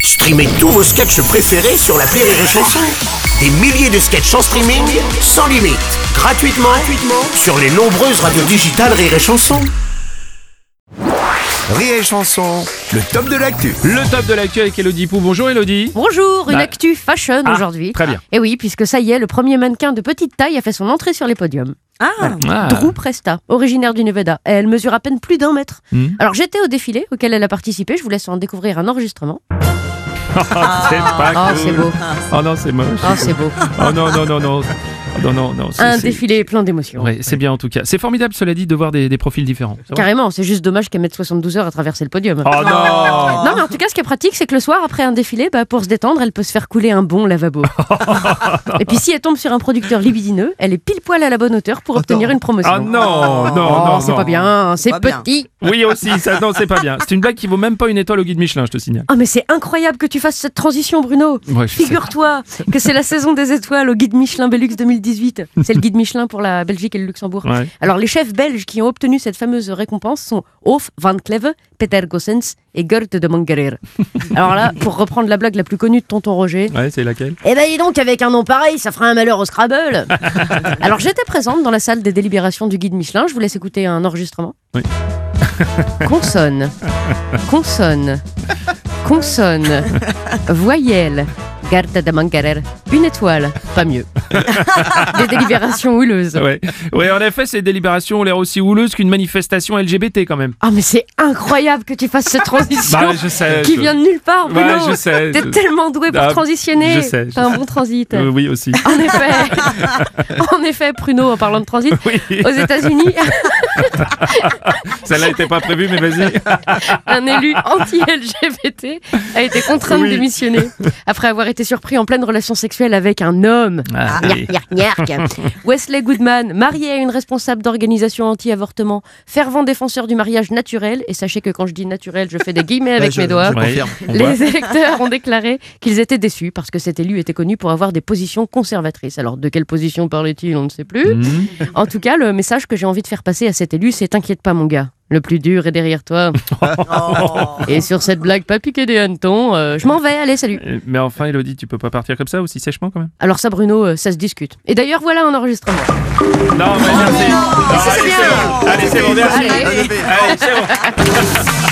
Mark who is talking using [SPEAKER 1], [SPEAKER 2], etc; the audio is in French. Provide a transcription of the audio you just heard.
[SPEAKER 1] Streamez tous vos sketchs préférés sur la Rire et Chanson. Des milliers de sketchs en streaming, sans limite, gratuitement, gratuitement sur les nombreuses radios digitales Rire et Chanson.
[SPEAKER 2] Rire et chanson, le top de l'actu.
[SPEAKER 3] Le top de l'actu avec Elodie Pou. Bonjour Elodie.
[SPEAKER 4] Bonjour, une
[SPEAKER 3] Bah.
[SPEAKER 4] actu fashion
[SPEAKER 3] Ah,
[SPEAKER 4] aujourd'hui.
[SPEAKER 3] très bien.
[SPEAKER 4] Et oui, puisque ça y est, le premier mannequin de petite taille a fait son entrée sur les podiums.
[SPEAKER 5] Ah,
[SPEAKER 3] Ah,
[SPEAKER 4] Drew Presta, originaire du Nevada. Elle mesure à peine plus d'un mètre.
[SPEAKER 3] Mhm.
[SPEAKER 4] Alors j'étais au défilé auquel elle a participé, je vous laisse en découvrir un enregistrement.
[SPEAKER 3] c'est pas
[SPEAKER 4] Ah,
[SPEAKER 3] cool.
[SPEAKER 4] c'est beau.
[SPEAKER 3] Oh non, c'est moche.
[SPEAKER 4] Ah, c'est beau.
[SPEAKER 3] Oh non, non, non, non. Oh Non, non, non. c'est-
[SPEAKER 4] Un
[SPEAKER 3] c'est-
[SPEAKER 4] défilé plein d'émotions.
[SPEAKER 3] Ouais, c'est bien en tout cas. C'est formidable, cela dit, de voir des, des profils différents. C'est vrai.
[SPEAKER 4] Carrément, c'est juste dommage qu'elle mette 72 heures à traverser le podium.
[SPEAKER 3] Oh non
[SPEAKER 4] Non, mais en tout cas, ce qui est pratique, c'est que le soir, après un défilé, bah, pour se détendre, elle peut se faire couler un bon lavabo. Et puis, si elle tombe sur un producteur libidineux, elle est pile poil à la bonne hauteur pour obtenir une promotion.
[SPEAKER 3] Ah non, non, non,
[SPEAKER 4] Oh, c'est
[SPEAKER 3] non.
[SPEAKER 4] pas bien, c'est
[SPEAKER 5] pas bien.
[SPEAKER 4] petit.
[SPEAKER 3] Oui aussi, ça, non, c'est pas bien. C'est une blague qui vaut même pas une étoile au guide Michelin, je te signale.
[SPEAKER 4] Oh, mais c'est incroyable que tu fasses cette transition, Bruno.
[SPEAKER 3] Ouais, je sais.
[SPEAKER 4] Figure-toi que c'est la saison des étoiles au guide Michelin Belux 2018. C'est le guide Michelin pour la Belgique et le Luxembourg.
[SPEAKER 3] Ouais.
[SPEAKER 4] Alors, les chefs belges qui ont obtenu cette fameuse récompense sont Hof Van Cleve, Peter Gossens et Gert de Mangerer. Alors là, pour reprendre la blague la plus connue de Tonton Roger,
[SPEAKER 3] Ouais, c'est laquelle
[SPEAKER 4] Eh ben dis donc, avec un nom pareil, ça fera un malheur au Scrabble. Alors j'étais présente dans la salle des délibérations du guide Michelin, je vous laisse écouter un enregistrement.
[SPEAKER 3] Oui.
[SPEAKER 4] Consonne, consonne, consonne, voyelle, garde da mancarer, une étoile, pas mieux. Des délibérations houleuses.
[SPEAKER 3] Ouais. ouais, en effet, ces délibérations ont l'air aussi houleuses qu'une manifestation LGBT quand même.
[SPEAKER 4] Ah mais c'est incroyable que tu fasses cette transition
[SPEAKER 3] Bah, je sais.
[SPEAKER 4] qui
[SPEAKER 3] je-
[SPEAKER 4] vient de nulle part,
[SPEAKER 3] Ouais,
[SPEAKER 4] Bruno.
[SPEAKER 3] je sais.
[SPEAKER 4] T'es
[SPEAKER 3] je-
[SPEAKER 4] tellement doué pour
[SPEAKER 3] Ah,
[SPEAKER 4] transitionner.
[SPEAKER 3] je sais, je
[SPEAKER 4] T'as un
[SPEAKER 3] sais.
[SPEAKER 4] bon transit.
[SPEAKER 3] Euh, oui aussi.
[SPEAKER 4] En effet, en effet, Pruno, en parlant de transit,
[SPEAKER 3] Oui,
[SPEAKER 4] aux États-Unis,
[SPEAKER 3] celle-là n'était pas prévue, mais vas-y.
[SPEAKER 4] un élu anti-LGBT a été contraint
[SPEAKER 3] Oui.
[SPEAKER 4] de démissionner après avoir été surpris en pleine relation sexuelle avec un homme.
[SPEAKER 3] Ah, oui.
[SPEAKER 4] Nyark, nyark, nyark. Wesley Goodman, marié à une responsable d'organisation anti-avortement, fervent défenseur du mariage naturel, et sachez que quand je dis naturel, je fais des guillemets avec mes doigts.
[SPEAKER 3] Ouais. On voit.
[SPEAKER 4] Les électeurs ont déclaré qu'ils étaient déçus parce que cet élu était connu pour avoir des positions conservatrices. Alors de quelle position parlait-il On ne sait plus.
[SPEAKER 3] Mhm.
[SPEAKER 4] En tout cas, le message que j'ai envie de faire passer à cet élu, c'est t'inquiète pas, mon gars. Le plus dur est derrière toi. Et sur cette blague pas piquée des hannetons, euh, je m'en vais, allez, salut.
[SPEAKER 3] Euh, Mais enfin, Elodie, tu peux pas partir comme ça aussi sèchement quand même.
[SPEAKER 4] Alors ça, Bruno, euh, ça se discute. Et d'ailleurs, voilà un enregistrement.
[SPEAKER 3] Non, mais merci. Non,
[SPEAKER 4] c'est
[SPEAKER 3] allez,
[SPEAKER 4] bien.
[SPEAKER 3] c'est bon. Allez, c'est bon, merci.
[SPEAKER 4] Allez.
[SPEAKER 3] Allez, c'est bon.